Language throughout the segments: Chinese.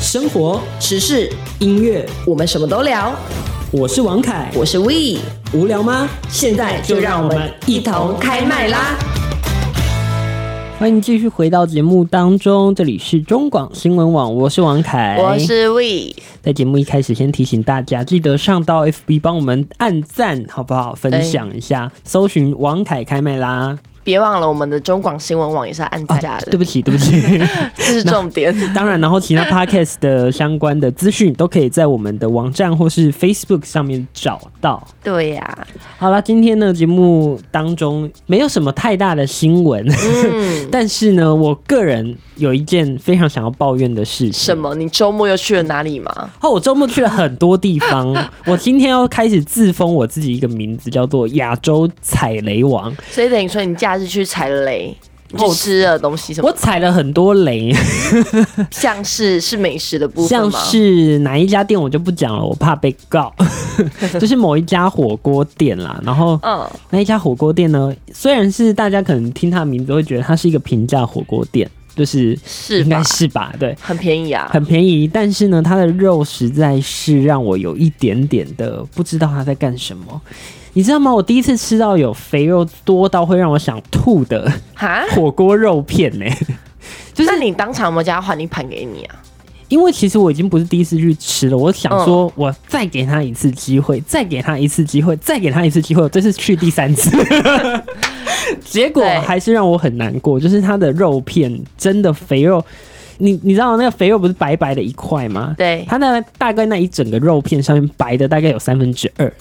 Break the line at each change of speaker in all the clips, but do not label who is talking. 生活、
时事，
音乐，
我们什么都聊。
我是王凯。
我是 We，
无聊吗？
现在就让我们一同开麦啦！
欢迎继续回到节目当中，这里是中广新闻网，我是王凯，
我是 We，
在节目一开始，先提醒大家，记得上到 FB 帮我们按赞，好不好？分享一下，搜寻王凯开麦啦！
别忘了我们的中广新闻网也是按
啊
价，的，
对不起，对不 起。
这是重点。
当然，然后其他 podcast 的相关的资讯都可以在我们的网站或是 Facebook 上面找到。
对呀、
好啦，今天呢节目当中没有什么太大的新闻，
嗯
但是呢，我个人有一件非常想要抱怨的事情。
什？么？你周末又去了哪里吗？
哦，我周末去了很多地 方，我今天要开始自封我自己一个名字，叫做亚洲踩雷王。
所以等于说你假日去踩雷，
嗯哦
去吃了东西什么？
我踩了很多雷，
像是是美食的部分
像
吗？
是哪一家店我就不讲了，我怕被 告。就是某一家火锅店啦，然后
嗯，
那一家火锅店呢，虽然是大家可能听它的名字会觉得它是一个平价火锅店，就是
是
应该
吧？
是吧？对，
很便宜啊，
很便宜，但是呢，它的肉实在是让我有一点点的不知道它在干什么。你知道吗？我第一次吃到有肥肉多到会让我想吐的
哈？
火锅肉片呢、 就是
那你当场有没有叫他换一盘给你啊？
因为其实我已经不是第一次去吃了，我想说，
嗯
我再给他一次机会，再给他一次机会，再给他一次机会，我 这次去第三 次，结果
对
还是让我很难过，就是它的肉片真的肥肉，你你知道那个肥肉不是白白的一块吗？
对，
它那大概那一整个肉片上面白的大概有三分之二，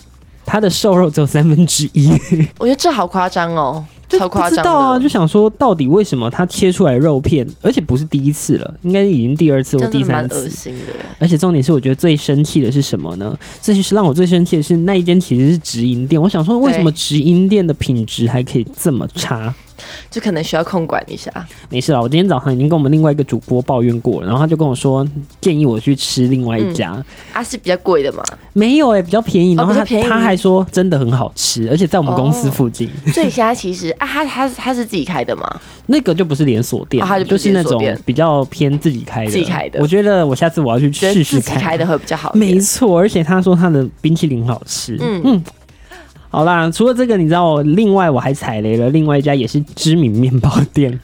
它的瘦肉只有三分之一，
我觉得这好夸张哦，
就
超
不
夸
知
张
道啊，
的，
就想说到底为什么它切出来的肉片，而且不是第一次了，应该已经第二次或
真
第
的蛮
三
恶
次。
心的。
而且重点是，我觉得最生气的是什么呢？这就是让我最生气的是那一间其实是直营店。我想说，为什么直营店的品质还可以这么差？
就可能需要控管一下。
没事啦，我今天早上已经跟我们另外一个主播抱怨过了，然后他就跟我说建议我去吃另外一家，
啊，是比较贵的嘛，
没有哎、比较便宜。
哦
然后他、
比较便宜
他还说真的很好吃，而且在我们公司附近，
所以现在其实啊，他他他是自己开的嘛，
那个就不是连锁店，
哦它就
就
不
是
是
那
连锁
种
店
比较偏自己开的。
自己开的
我觉得我下次我要去
觉得
试试
自己
看。
开的会比较好一点。
没错，而且他说他的冰淇淋好吃。嗯
嗯
嗯。好啦，除了这个，你知道，另外我还踩雷了，另外一家也是知名面包 店，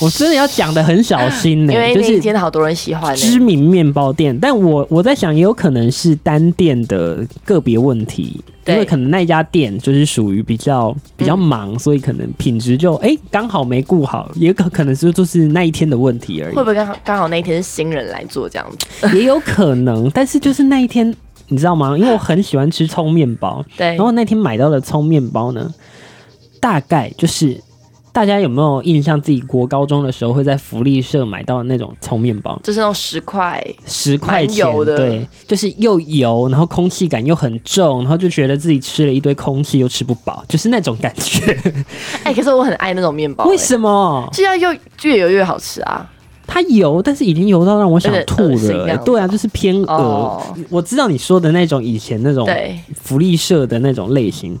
我真的要讲的很小心呢、
因为
就
那一
是
间好多人喜欢、
知
欸，
名面包店，但我我在想，也有可能是单店的个别问题，因
对
为可能那一家店就是属于比较比较忙，所以可能品质就哎刚、好没顾好，也可可能是就是那一天的问题而
会不会刚好刚好那一天是新人来做这样子？
已，也有可能，但是就是那一天。你知道吗？因为我很喜欢吃葱面包，
对
然，后那天买到的葱面包呢，大概就是大家有没有印象？自己国高中的时候会在福利社买到的那种葱面包，
就是那种十块，
十块钱
蛮油的
对，就是又油，然后空气感又很重，然后就觉得自己吃了一堆空气又吃不饱，就是那种感觉。
哎、可是我很爱那种面包、欸，
为什么？
就要又越油越好吃啊？
它油，但是已经油到让我想吐
有点恶心
了、
这样子
对啊，就是偏恶、
哦
我知道你说的那种以前那种
对，
福利社的那种类型，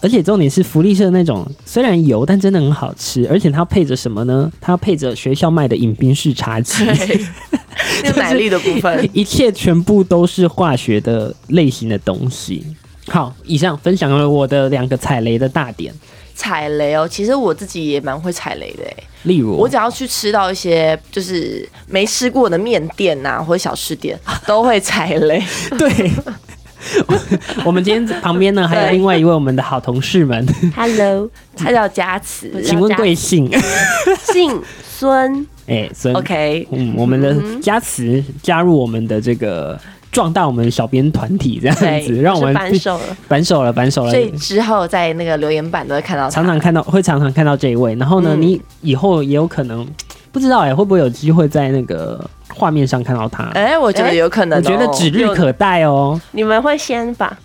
而且重点是福利社那种虽然油，但真的很好吃，而且它配着什么呢？它配着学校卖的饮冰式茶几，
对，那奶粒的部分，
一切全部都是化学的类型的东西。好，以上分享了我的两个踩雷的大点，
踩雷哦。其实我自己也蛮会踩雷的、欸，
例如
我只要去吃到一些就是没吃过的面店呐、或者小吃店，都会踩 雷。
对。我们今天旁边呢还有另外一位我们的好同事们，
Hello，他叫佳慈，
请问贵姓？
姓孙
哎、孙
，OK，
嗯，我们的加持加入我们的这个壮大我们小编团体这样
对
子，，让我
就是
们
扳手了，
扳手了，扳手了
所。以之后在那个留言板都会看到他
常。常看到，会常常看到这一位。然后呢，
嗯
你以后也有可能不知道哎、会不会有机会在那个画面上看到他？
哎，我觉得有可能
我觉
哦，
得指日可待哦。
你们会先吧？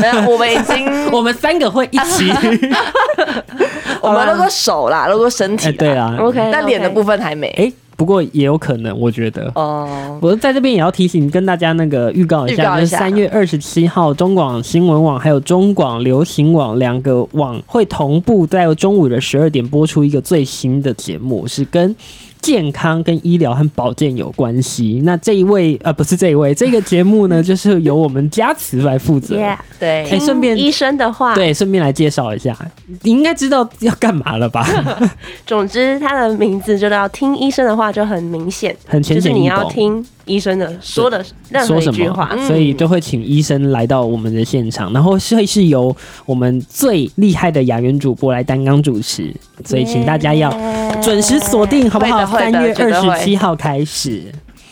没有 我们已经
我们三个会一起。
我们露过手啦，露过身体
哎，
啦，
对 啦
OK
嗯但脸的部分还没。
哎、不过也有可能，我觉得。
哦，
我在这边也要提醒跟大家那个预告一
预
下，
告
就是
一下
三月二十七号，中广新闻网还有中广流行网两个网会同步在中午的十二点播出一个最新的节目，是跟健康跟医疗和保健有关系。那这一位呃，不是这一位，这个节目呢，就是由我们嘉慈来负责。
耶，
对，
哎顺便
听医生的话，
对，顺便来介绍一下，你应该知道要干嘛了吧？
总之他的名字就要听医生的话就很明显，
很浅
就是
显易
你要
懂
听医生的说的任何
说
一
什
句
么
话，嗯
所以就会请医生来到我们的现场，然后是会是由我们最厉害的雅媛主播来担纲主持，所以请大家要准时锁定，好不好？
会
三
的
月
会的绝对
二十
会
七号开始。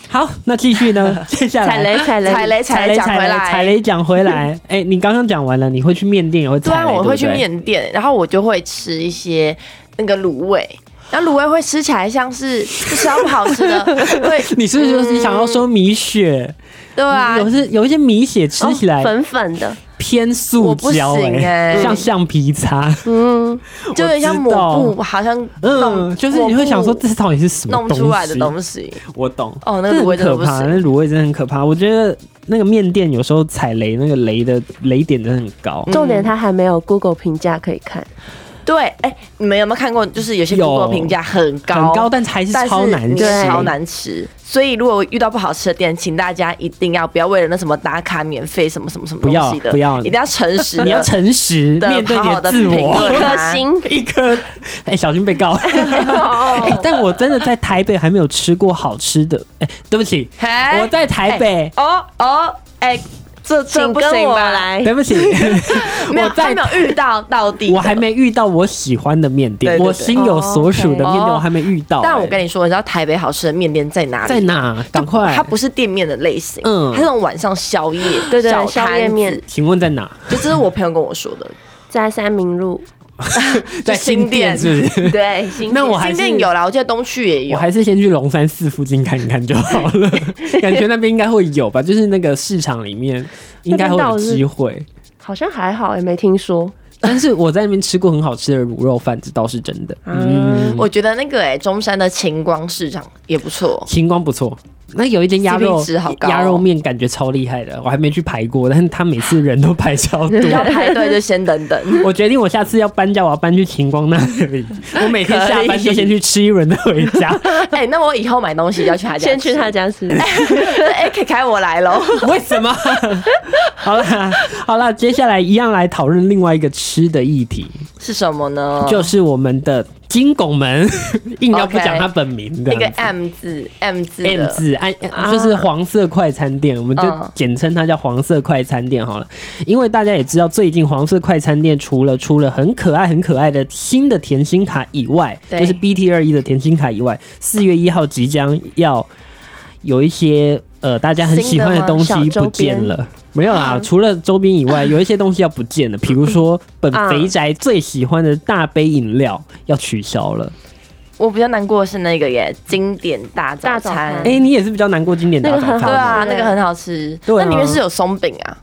好，那继续呢？接下
踩
来
雷踩 雷
踩雷
踩
踩雷讲
踩
回
雷
来，
踩雷讲回来。 哎、你刚刚讲完了，你会去面店也会踩
对
雷，
啊，我会去
对不对
缅甸，然后我就会吃一些那个卤味，那卤味会吃起来像是就是要不好 吃的，会
你是不是就是想要说米血？
对啊，
有些有一些米血吃起来
哦粉粉的，
偏塑胶、
哦我不行
哎、
哎
像橡皮擦。
就有点像
我知道
抹布，好像
嗯，
弄
就是你会想说，这到底是什么
弄出来的
西？
东西，
我懂，
哦，那
这
个卤味
很可
真的不
怕，
行。
那卤味真的很可怕。我觉得那个面店有时候踩雷，那个雷的雷点真的很高。
嗯
重点他还没有 Google 评价可以看，
对，哎，你们有没有看过？就是有些
有
Google 评价很高，
很高，但还是
但是
超难
你
吃，
超难吃。所以如果遇到不好吃的店，请大家一定要不要为了那什么打卡免费什么什么什么
不要
东西的，
不要
一定要诚实 的，
你要诚实
的
面对
好
你
好的
自
评
我
论。
一颗
啊
星，
一颗，哎、小心被 告、 哎
哦
但我真的在台北还没有吃过好吃的。哎、对不起，
嘿
我在台北，
哦哦，哎、这 这
请
不
跟
行
我
吧？
来，
对不起，
哎 没有，
我在
还没有遇到到底，
我还。没遇到我喜欢的面店，
对对对
我心有所属的面店
哦，OK
我还没遇到、
但我
哎
跟你说，你知道台北好吃的面店在哪里？
在？哪？赶快
它，不是店面的类型，
嗯
它是那种晚上宵夜，
对对
小
宵
摊
夜
子
面，
请问在哪？
就这是我朋友跟我说的，
在三明路，
在新店是不是？
对，新
那
店
我还
新
是
店有啦，我记得东区也
我
有，
还是先去龙山寺附近看一看就好了， 感觉那边应该会有吧，就是那个市场里面应该会有机会。
好像还好，也没听说，
但是我在那边吃过很好吃的卤肉饭，这倒是真的。
啊
嗯，
我觉得那个哎、中山的晴光市场也不错，
星光不错，那有一间鸭肉
CP 值好高哦
鸭肉面感觉超厉害的，我还没去排过，但是他每次人都排超 多。
要排队就先 等等。
我决定我下次要搬家，我要搬去晴光那里。我每天下班就先去吃一轮再回家。
哎、那我以后买东西要去他家吃，
先去他家吃，
哎、凯凯我来喽。
为什么？好啦，好啦，接下来一样来讨论另外一个吃的议题，
是什么呢？
就是我们的金拱门，硬要不讲他本名的
那个 M 字 M 字
M
的，
字，哎，
啊
就是黄色快餐店，我们就
嗯
简称它叫黄色快餐店好了。因为大家也知道，最近黄色快餐店除了出了很可爱、很可爱的新的甜心卡以外，
对
就是 BT 二一的甜心卡以外，四月一号即将要有一些呃大家很喜欢的东西
新的吗小
不
周边啊
见了。没有啦，除了周边以 外，有一些东西要不见了，比如说本
啊
肥宅最喜欢的大杯饮料要取消了。
我比较难过的是那个耶，经典大早
大早
餐。
餐
哎、你也是比较难过经典的
嗯那个
早餐
很好
对啊，
对
那个很好吃。
对啊
那里面是有松饼啊，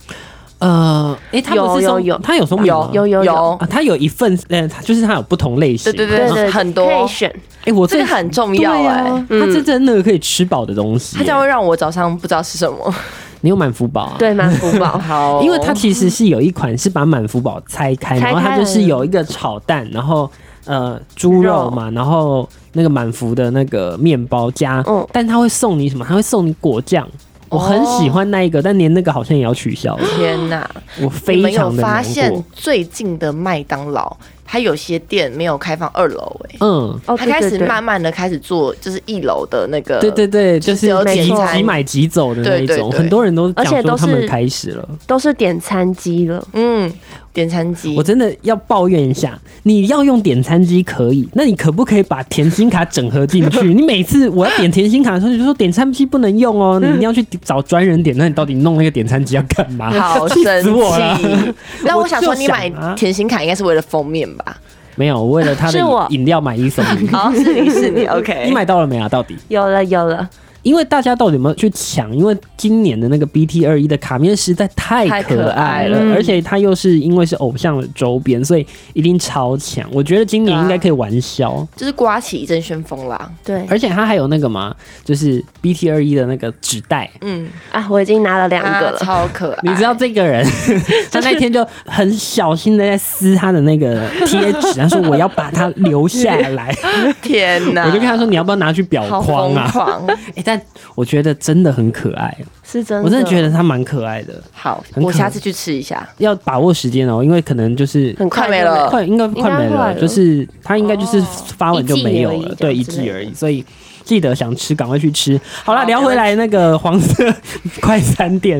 呃，哎、它不是
有
松
有有
它有松饼吗
有有
有
啊，，它有一份，呃，它就是它有不同类型。
对对
对
对
对，
很多
可以选，
哎、我
这
最
个很重
对
要哎、
啊，它这真的可以吃饱的东西、欸
它这样会让我早上不知道吃什么。，
你有满福宝啊？。
对，满福宝
好
因为它其实是有一款是把满福宝拆开，
拆开
然后它就是有一个炒蛋，然后呃猪肉嘛，然后那个满福的那个面包加，
嗯
但它会送你什么？它会送你果酱。我很喜欢那一个，但连那个好像也要取消了，
天哪，
我
你
非
们有
常的
发
难
现
过。
最近的麦当劳，它有些店没有开放二楼哎、
嗯，
哦，
它
对
开
对
始
对
慢慢的开始做，就是一楼的那个，
对对对，就是
只有
即
点餐
即买即走的那一
对对
种，
对
很多人都
而
讲
且
说
都
他们
是
开始了。
都是点餐机了，
嗯，点餐机
我，真的呃要抱怨一下，你要用点餐机可以，那你可不可以把甜心卡整合进去？你每次我要点甜心卡的时候，你就说点餐机不能用 哦，你一定要去找专人点。那你到底弄那个点餐机要干 嘛？
好
气
生
死我了！
气。那我想说，你买
我就想啊
甜心卡应该是为了封面吧？
没有，我为了他
是我
的饮料买一送一。
哦，是你是你，OK。
你买到了没啊？到底
有了有了，
因为大家到底有没有去抢？因为今年的那个 BT 二一的卡面实在太
太可
可爱
爱
了，
了
而且它又是因为是偶像的周边，所以一定超强。我觉得今年应该可以玩消，
就是刮起一阵旋风啦。
对
而且它还有那个嘛，就是 BT 二一的那个纸袋。
嗯，
啊，我已经拿了两个
啊
了。
超可爱。
你知道这个人，他那天就很小心的在撕他的那个贴纸，他说我要把它留下来。
天哪！
我就跟他说你要不要拿去裱
好
框
疯
啊？
狂，
哎、但我觉得真的很可爱，
是真的，
我真的觉得它蛮可爱的。
好，
很可
我下次去吃一下。
要把握时间哦，因为可能就是
很
快
快
没
就
了
快，应该快没
应该
了，
快了
就是它应该就是发文就没有了，
哦
对，一
一季
季
而
而
已
已，所以。记得想吃，赶快去吃。好了，
好
聊回来那个黄色 快餐店，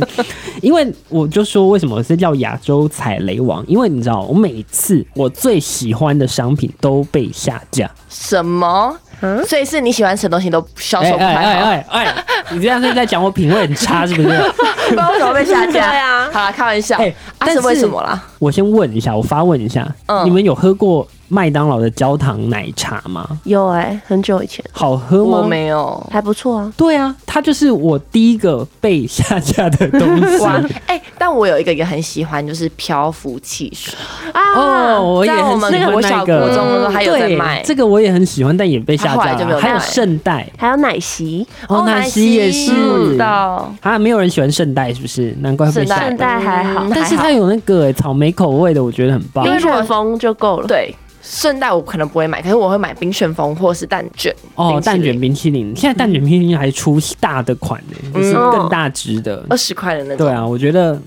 因为我就说为什么是叫亚洲踩雷王，因为你知道，我每次我最喜欢的商品都被下架。
什么？
嗯
所以是你喜欢什么东西都销
哎
售不
哎
太好，
哎哎哎，你这样是在讲我品味很差是不 是？
不知道为什么被下
对
架。
啊
好啦，开玩笑
哎。
啊，
但
是为
是
什么啦？
我先问一下，我发问一下，
嗯
你们有喝过麦当劳的焦糖奶茶吗？
有哎、很久以前
好喝吗？
我没有。
还不错啊。
对啊，它就是我第一个被下架的东
哇
西。，
哎，但我有一个也很喜欢，就是漂浮汽水，
哦，我也
在我
很
们
喜欢
国
那
小
个。
国中的时候还有在
对
卖。
这个我也很喜欢，但也被下
它后
架
来就没
了。
有
还有
卖
圣代，
还有奶昔，
哦，
奶
南希也
昔
是
不知道
啊，没有人喜欢圣代，是不是？难怪会被
圣代
下
圣
架。
代还好
嗯，
但是它有那个欸草莓口味的，我觉得很棒
因为
冰旋风就够了。
对，圣代我可能不会买，可是我会买冰旋风或是蛋卷。
哦。
冰淇淋
蛋卷冰淇淋，现在蛋卷冰淇淋还出大的款呢，就是
嗯
更大只的。
二十块的那种。
对啊，我觉得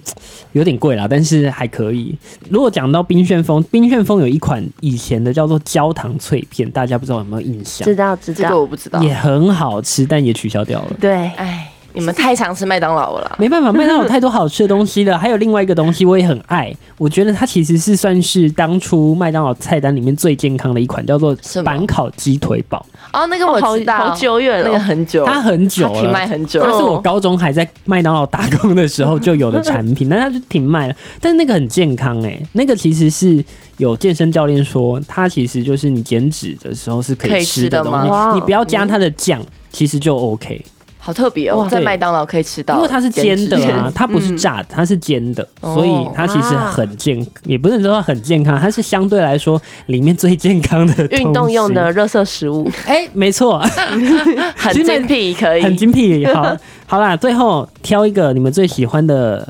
有点贵啦，但是还可以。如果讲到冰旋风，冰旋风有一款以前的叫做焦糖脆片，大家不知道有没有印象
知？道知
这个
道，
我不知道。
也很好吃，但也取消掉了。
对，
哎，你们太常吃麦当劳了啦。
没办法，麦当劳有太多好吃的东西了。还有另外一个东西我也很爱，我觉得它其实是算是当初麦当劳菜单里面最健康的一款，叫做
什么
板烤鸡腿堡。
哦，那个
哦
我
好
知道，
好久远哦
那个
了。哦
很久，
它很久
它停
了
卖，很久。
它是我高中还在麦当劳打工的时候就有的产 品，但它就停卖了。但是那个很健康哎、那个其实是有健身教练说，它其实就是你减脂的时候是可
可
以
以
吃
吃
的
的
东
吗
哇
西，
哦
你不要加它的酱，其实就 OK，
好特别哦
哇，
在
对
麦当劳可以吃到，
因为它是煎的
简
啊
直，
它不是炸的，它是煎的，
嗯哦
所以它其实很健，也不是说很健康，它是相对来说里面最健康的东西
运动用的。热色食物，
哎，没错，
很
其实
精辟，可
很
以。
精辟。 好，好啦，最后挑一个你们最喜欢的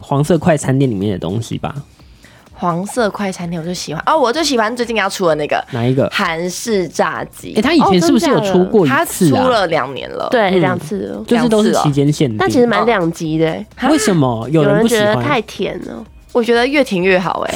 黄色快餐店里面的东西吧，
黄色快餐店我就喜欢哦，我最喜欢最近要出的那个
哪一个？
韩式炸
哎、
鸡，
他以前是不是有出过
它
一次
出
哦
啊？
了两年了，，
对，
嗯
两次了。
就是都是期间限定。
哦但其实蛮两极的、欸
为什么有
有
人
人
不喜
觉得
欢
太甜了，
我觉得越停越好 哎，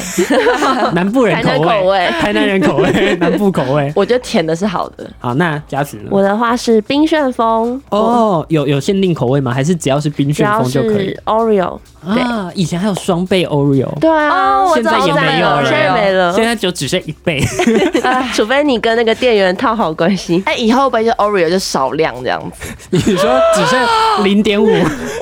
南部人
台南
口
口
味、
味，
台南人口味、 南部口味？
我觉得甜的是好的，
好，那加持呢？
我的话是冰旋风，
哦，有有限定口味吗？还是只要是冰
只
旋
要
风就是可以？
Oreo，
啊，以前还有双倍 Oreo，
对啊，
哦我
现
知道
在也没有
我
了，
知道
现在没了
现，在就只剩一倍。
除非你跟那个店员套好关系。
哎，以后会不会就 Oreo 就少量这样子，
你说只剩零点五，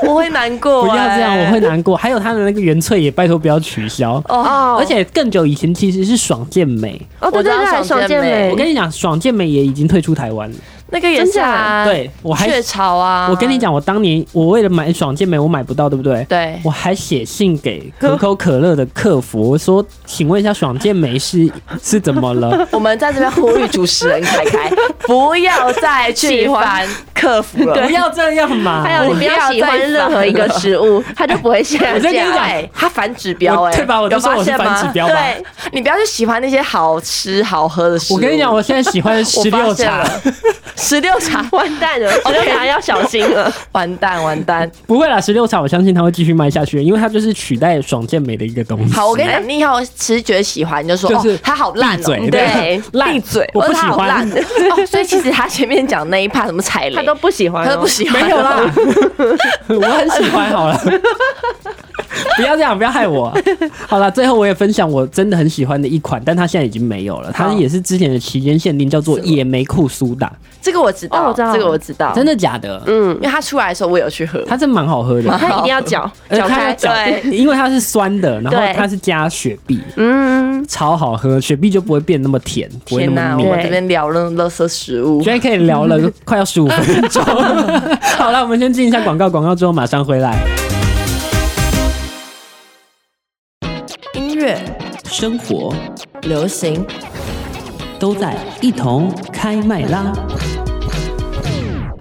我会难过，
不要这样，
哎
我会难过。还有他的那个原萃也拜托不要取消。
哦
而且更久以前其实是爽健美，
哦，对
我知
对
道
对，
爽
爽
健
健
美
美，
我跟你讲，爽健美也已经退出台湾了。
那个也是啊，，
对我还
雀巢啊，
我跟你，讲，我当年我为了买爽健美，我买不到，对不对？
对，
我还写信给可口可乐的客服，我说：“请问一下，爽健美是是怎么 了
我们在这边呼吁主 持人凯凯，不要再去烦客服？”了。
不要这样嘛！
还有你不要喜欢任何一个食物，它就不会 下
我在跟你
架。
讲
对，它反指标
我
哎、欸，
对吧我就
有
说
发
我是
现吗？
反指标吧
对，你不要去喜欢那些好吃好喝的食物。
我跟你讲，我现在喜欢
我
十
发
六
现
茶，
了， 十六茶，
完蛋了， 我就想要小心 了。
完蛋完蛋。
不会啦，十六茶我相信它会继续卖下去，因为它就是取代爽健美的一个东西。
好，我跟你讲，你以后直觉喜欢你就说，
就是
哦，它好烂哦、
闭嘴
对，
烂
闭嘴，
我不
或者它好
喜欢
烂 哦，所以其实他前面讲那一趴什么踩雷，
他都不喜欢哦，
他都不喜欢，
没有啦，我很喜欢好了。不要这样，不要害我。好了，最后我也分享我真的很喜欢的一款，但它现在已经没有了。它
好
也是之前的期间限定，叫做野莓酷苏打，
这个我知道，
哦我知道
这个我知道，嗯
真的假的？
因为它出来的时候我有去喝，
它真蛮好喝的，
它一定要搅
而
搅
且它
开，
有搅
对，
因为它是酸的，然后
对
它是加雪碧，
嗯，
超好喝，雪碧就不会变那么甜，不会那
天
么
哪，我
腻。
们这边聊了垃圾食物
居，然可以聊了快要十五分钟。 好了，我们先进一下广告，广告之后马上回来。
音乐、
生活
流行，
都在一同开麦啦。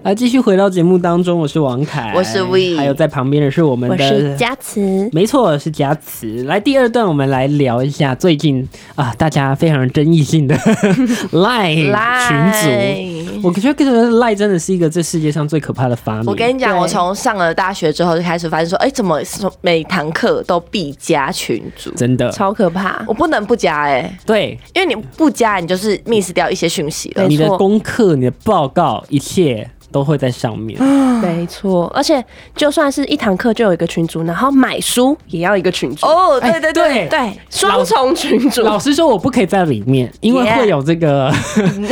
来，继续回到节目当中，我是王凯，
我是 We
还有在旁边的是我们
我是
的。
佳慈，
没错，是佳慈。来第二段，我们来聊一下最近啊，大家非常争议性的 Line 群组。
哎组。
我觉得 Line 真的是一个这世界上最可怕的发明。
我跟你讲，
对
我从上了大学之后就开始发现说，哎、怎么每堂课都必加群组？
真的
超可怕，
哦
我不能不加哎、
对
因为你不加，你就是 miss 掉一些讯息了
没。
你的
错
功课、你的报告，一切都会在上面。
嗯
没错，而且就算是一堂课就有一个群主，然后买书也要一个群主，
哦，
哎
对对对，
对
对，双重群主，
老实说，我不可以在里面，因为
Yeah
会有这个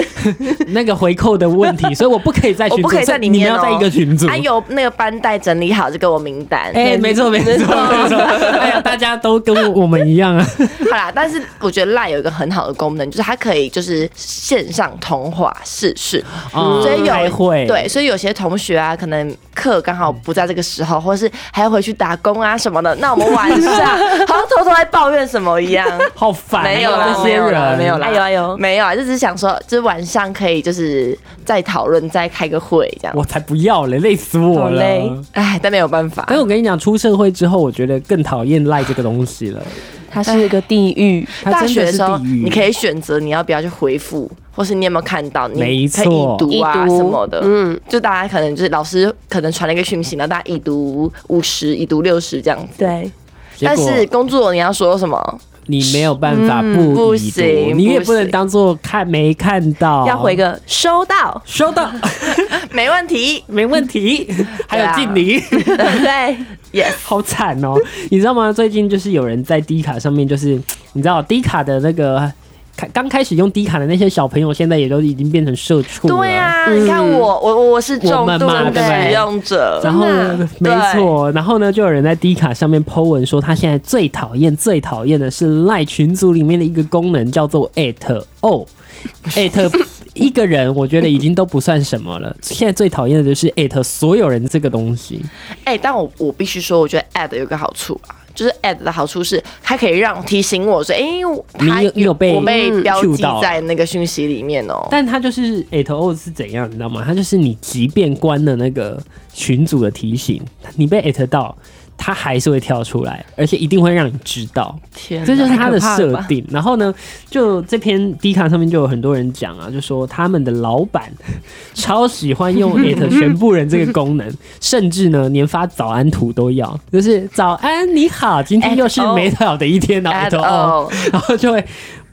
那个回扣的问题，所以我不可以在群
嗯我
组，
不可以在里面、
所以你们要
哦、
在一个群组。
还、有那个班带整理好这个我名单。
哎、没错，没错，没 错。哎呀，大家都跟我们一样啊。
好啦，但是我觉得 Line 有一个很好的功能，就是它可以就是线上通话视讯，
哦
所以
开
有
会
对，所以有些同学啊，可能课刚好不在这个时候，或是还要回去打工啊什么的，那我们晚上 好像偷偷在抱怨什么一样。
好烦、啊
没有啦
哎这
没
些
有啦
人，
没有啦
哎呦哎呦
没有啊，就只是想说，就是晚上可以就是再讨论，再开个会这样。
我才不要嘞，累死我
好累
了。
哎，但没有办法
但，我跟你讲，出社会之后，我觉得更讨厌赖这个东西了。
它是一个地狱，
它
大
真
学的
的是
时候
地狱。
你可以选择你要不要去回复，或是你有没有看到，你
没
可以
错
已读啊
已读
什么的。
嗯，
就大家可能就是老师可能传了一个讯息，然后大家已读五十、已读六十这样子。
对，
结
但
果
是工作你要说什么？
你没有办法不
不
已读
行
你也
不
不能
行
当做看没看到，，
要回个收到
收到，
没问 题
没问题。还有敬礼，
啊
对，
，yes。
好惨哦！你知道吗？最近就是有人在 D 卡上面，就是你知道 D 卡的那个。开刚开始用 D 卡的那些小朋友，现在也都已经变成社畜了。
对啊，你看我，我我是
我
重
们
度
嘛对不对
使用者，
然后呢没
真的
错，然后呢，就有人在 D 卡上面 po 文说，他现在最讨厌、最讨厌的是赖群组里面的一个功能，叫做 at 哦，at 一个人，我觉得已经都不算什么了。现在最讨厌的就是 at 所有人这个东西。
哎、但我我必须说，我觉得 ad 有个好处啊，就是 ad 的好处是它可以让提醒我说，哎、我
你
它
有你有被
我被
嗯
标
cue
记
到
在那个讯息里面哦、
但它就是 at all 是怎样，你知道吗？它就是你即便关了那个群组的提醒，你被 at 到，它还是会跳出来，而且一定会让你知道。
天
这就是它的
嗯太可怕了
设
吧
定。然后呢，就这篇 D 卡上面就有很多人讲啊，就说他们的老板超喜欢用 at 全部人这个功能，甚至呢连发早安图都要，就是早安你好，今天
At
又是
all
美好的一天，啊然后 at
at
all，
all，
然后就会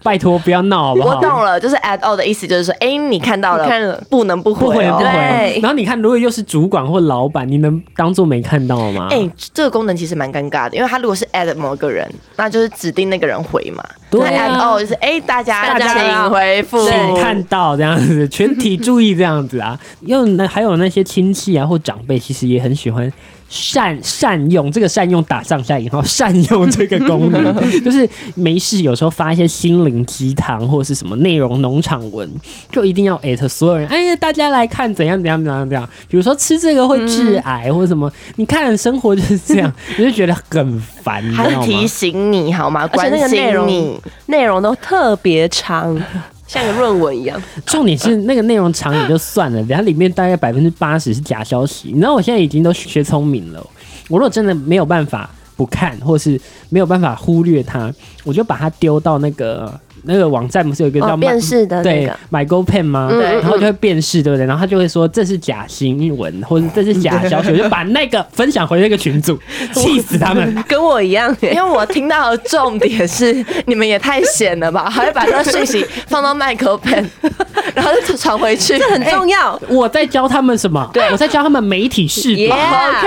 拜托不要闹好不
我
好？
懂了，就是 at all 的意思就是说，哎、你看到了，
你看了
不能不回、
不
哦，
回不回
对。
然后你看，如果又是主管或老板，你能当做没看到吗？
哎、这个功能其实蛮尴尬的，因为它如果是 at 某个人，那就是指定那个人回嘛。
对
那 at
啊
all 就是哎、大家
大家
请回复，
请看到这样子，全体注意这样子 啊。又那还有那些亲戚啊或长辈，其实也很喜欢善善用这个善用打上下引号善用这个功 能，就是没事有时候发一些心灵鸡汤或是什么内容农场文，就一定要艾特所有人，哎，大家来看怎样怎样怎样怎样。比如说吃这个会致癌或者什么，你看生活就是这 样，你就觉得很烦，你知
还
道
提
吗？
醒你好吗？
而且
关
那个内
心
容
你。
内容都特别长， 像个论文一样，
重点是那个内容长也就算了， 它里面大概百分之八十是假消息。你知道我现在已经都学聪明了，我如果真的没有办法不看，或是没有办法忽略它，我就把它丢到那个那个网站不是有一个叫
哦，
买
辨识的那
对
个，
买 Go Pen 吗？
嗯
然后就会辨识，对不对？然后他就会说这是假新闻，或者这是假消息，我就把那个分享回那个群 组，气死他们。
跟我一样
因为我听到的重点是，你们也太闲了 吧，还会把那个讯息放到麦克本， 然后就传回去，这
很重要。
我在教他们什么？我在教他们媒体识别。
OK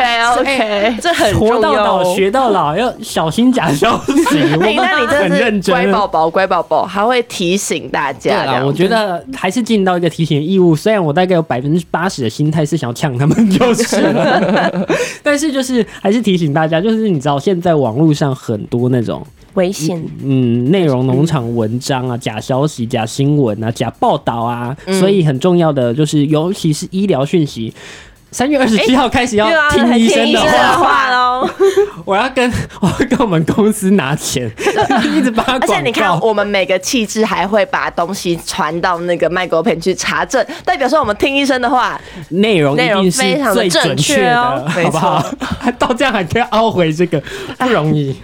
哎
OK，这很
活
重
到
要
老
哦。
学到老，要小心假消息。我
哎、
们
那你
很认
真的是
真。啊
乖宝啊宝，乖宝宝，还会提醒大
对
家。这
啦，
样
我觉得还是尽到一个提醒的义务。虽然我大概有百分之八十的心态是想要呛他们就是 了，但是就是还是提醒大家，就是你知道现在网络上很多那种
危险，
嗯，内容农场文章
嗯
啊，假消息、假新闻啊、假报道啊，所以很重要的就是，尤其是医疗讯息。三月二十七号开嗯始要听医生的
啊听医生
话，
的话
喽。
我要跟 我要跟我们公司拿 钱，一直帮他
而且
广
你看，
告。
我们每个气质还会把东西传到那个麦克本去查证，代表说我们听医生的话，
内容一
内容
定是
非常
最
的
准
正
确
确
的，
哦
好不好？ 到这样还可以凹回这个，
哎
不容易。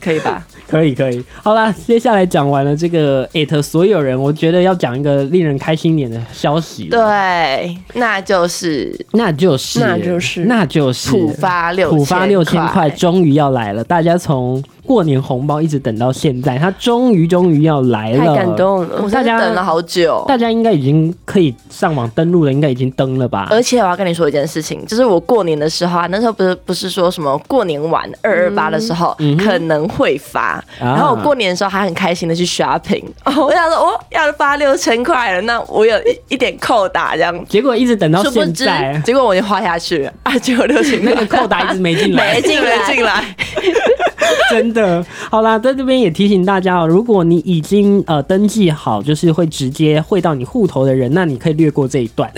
可以吧？
可以可以，好啦，接下来讲完了这个艾特所有人，我觉得要讲一个令人开心一点的消息。
对，那就是
那就是，
那就是
那就是
浦发6000
浦发六千块
块
终于要来了，大家从过年红包一直等到现在，它终于终于要来了，
太感。动了
我，
大
真
家
的等了好久。
大家应该已经可以上网登录了，应该已经登了吧？
而且我要跟你说一件事情，就是我过年的时候啊，那时候不是不是说什么过年晚二二八的时候、
嗯
可能会发，
啊
然后我过年的时候还很开心的去 shopping，、我想说哦要发六千块了，那我有一一点扣打这样，
结果一直等到
殊不
现
知
在，
结果我就花下去了啊，结果六千
那
块
个扣打一直没进来，
没进来，没进来，
真的，好啦，在这边也提醒大家哦，如果你已经呃登记好，就是会直接汇到你户头的人，那你可以略过这一 段。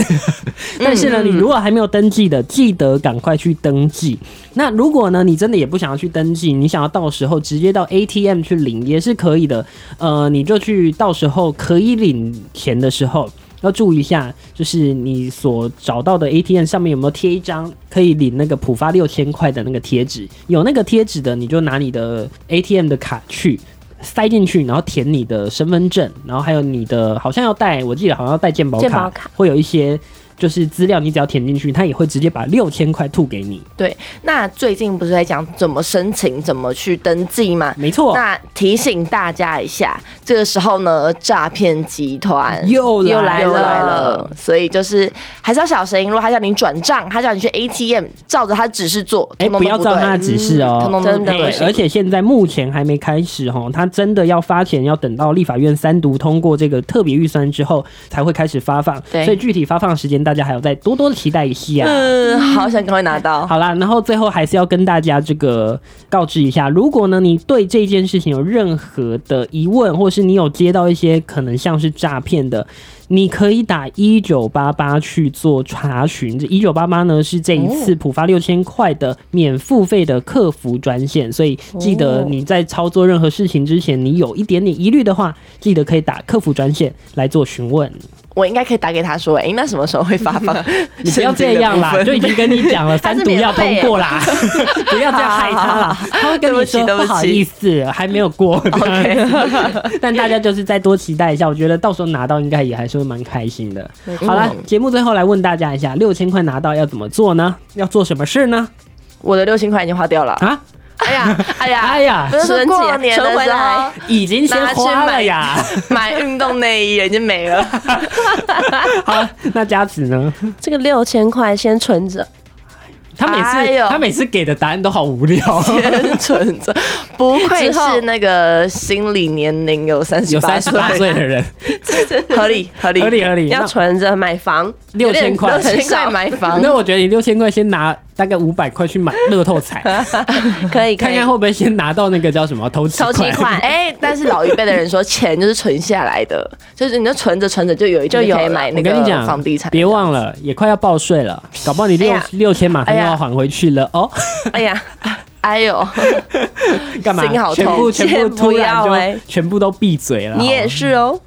但是呢，你如果还没有登记的，记得赶快去登记。那如果呢，你真的也不想要去登记，你想要到时候直接到 ATM 去领也是可以的。呃，你就去到时候可以领钱的时候。要注意一下，就是你所找到的 ATM 上面有没有贴一张可以领那个浦发六千块的那个贴纸？有那个贴纸的，你就拿你的 ATM 的卡去塞进去，然后填你的身份证，然后还有你的好像要带，我记得好像要带健保
健保卡
会有一些就是资料，你只要填进去，它也会直接把六千块吐给你。
对，那最近不是在讲怎么申请，怎么去登记吗？
没错，
那提醒大家一下，这个时候呢，诈骗集团
又来
又来
了
了，所以就是还是要小心。如果他叫你转账，他叫你去 ATM，照着他指示做，
哎、
通通
不
都
要照
对嗯
他的指示哦，
通通都
真的
不对
而且现在目前还没开始哈，他真的要发钱，要等到立法院三读通过这个特别预算之后才会开始发放，
对
所以具体发放时间大家还要再多多的期待一下。
嗯，好想赶快拿到。
好啦，然后最后还是要跟大家这个告知一下，如果呢你对这件事情有任何的疑问，或是你有接到一些可能像是诈骗的，你可以打一九八八去做查询。这一九八八呢是这一次浦发六千块的免付费的客服专线，所以记得你在操作任何事情之前，你有一点点疑虑的话，记得可以打客服专线来做询问。
我应该可以打给他说，哎、那什么时候会发放？
你不要这样啦，
神
就已
经 的部分
经跟你讲了，三读要
啊
通过 啦，不要这样害他啦。他会跟你说
对不起对不起
好意思，还没有 过。 但大家就是再多期待一下，我觉得到时候拿到应该也还是会蛮开心的。好啦，节目最后来问大家一下，六千块拿到要怎么做呢？要做什么事呢？
我的六千块已经花掉了。
啊，
哎呀，哎呀，
哎呀
不是说过年
存
的
回
时候
来
已经先
拿去
花了
买
呀。
买运动内衣已经没了。
好，那佳子呢？
这个六千块先存着，
他每
哎
次
呦
他每次给的答案都好无聊。
天存着， 不愧
之后
是那个心理年龄有三十
有三
八
十 八岁的人，
合理合理
合理合理，
要
那
存着买房，
六千块，
六千块买房，
那我觉得你六千块先拿大概五百块去买乐透 彩，
可以可
看
以
看。会不会先拿到那个叫什么投期
投期 款
哎、但是老一辈的人说，钱就是存下来的，就是你就存着存着就有一就
就有
可以
了
买那
我跟你
个
讲，
房地产。
别忘了，也快要报税了，搞不好你六
哎呀
六千马上又
哎
要
呀
还回去了哦。
哎呀，哎呦，
干嘛
心？好
全部
痛
全部
先
突
不
然
要
就
哎
全部都闭嘴了。
你
好
也
吗
是哦，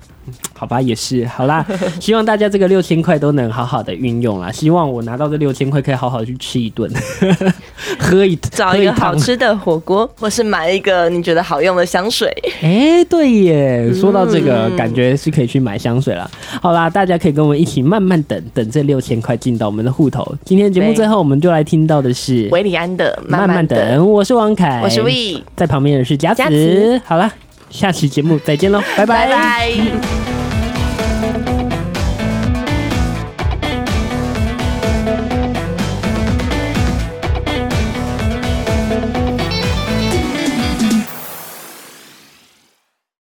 好吧，也是好啦。 希望大家这个六千块都能好好的运用啦。希望我拿到这六千块，可以好好去吃一顿， 喝一
找一个好。吃的火锅，或是买一个你觉得好用的香水。
哎、诶对耶，说到这个，感觉是可以去买香水啦。好啦，大家可以跟我们一起慢慢等等这六千块进到我们的户头。今天节目
对
最后，我们就来听到的是
维里安的慢
慢慢
的，
等，我是王凯，
我是 We，
在旁边的是佳
佳
子。好啦，下期节目再见喽，拜
拜拜。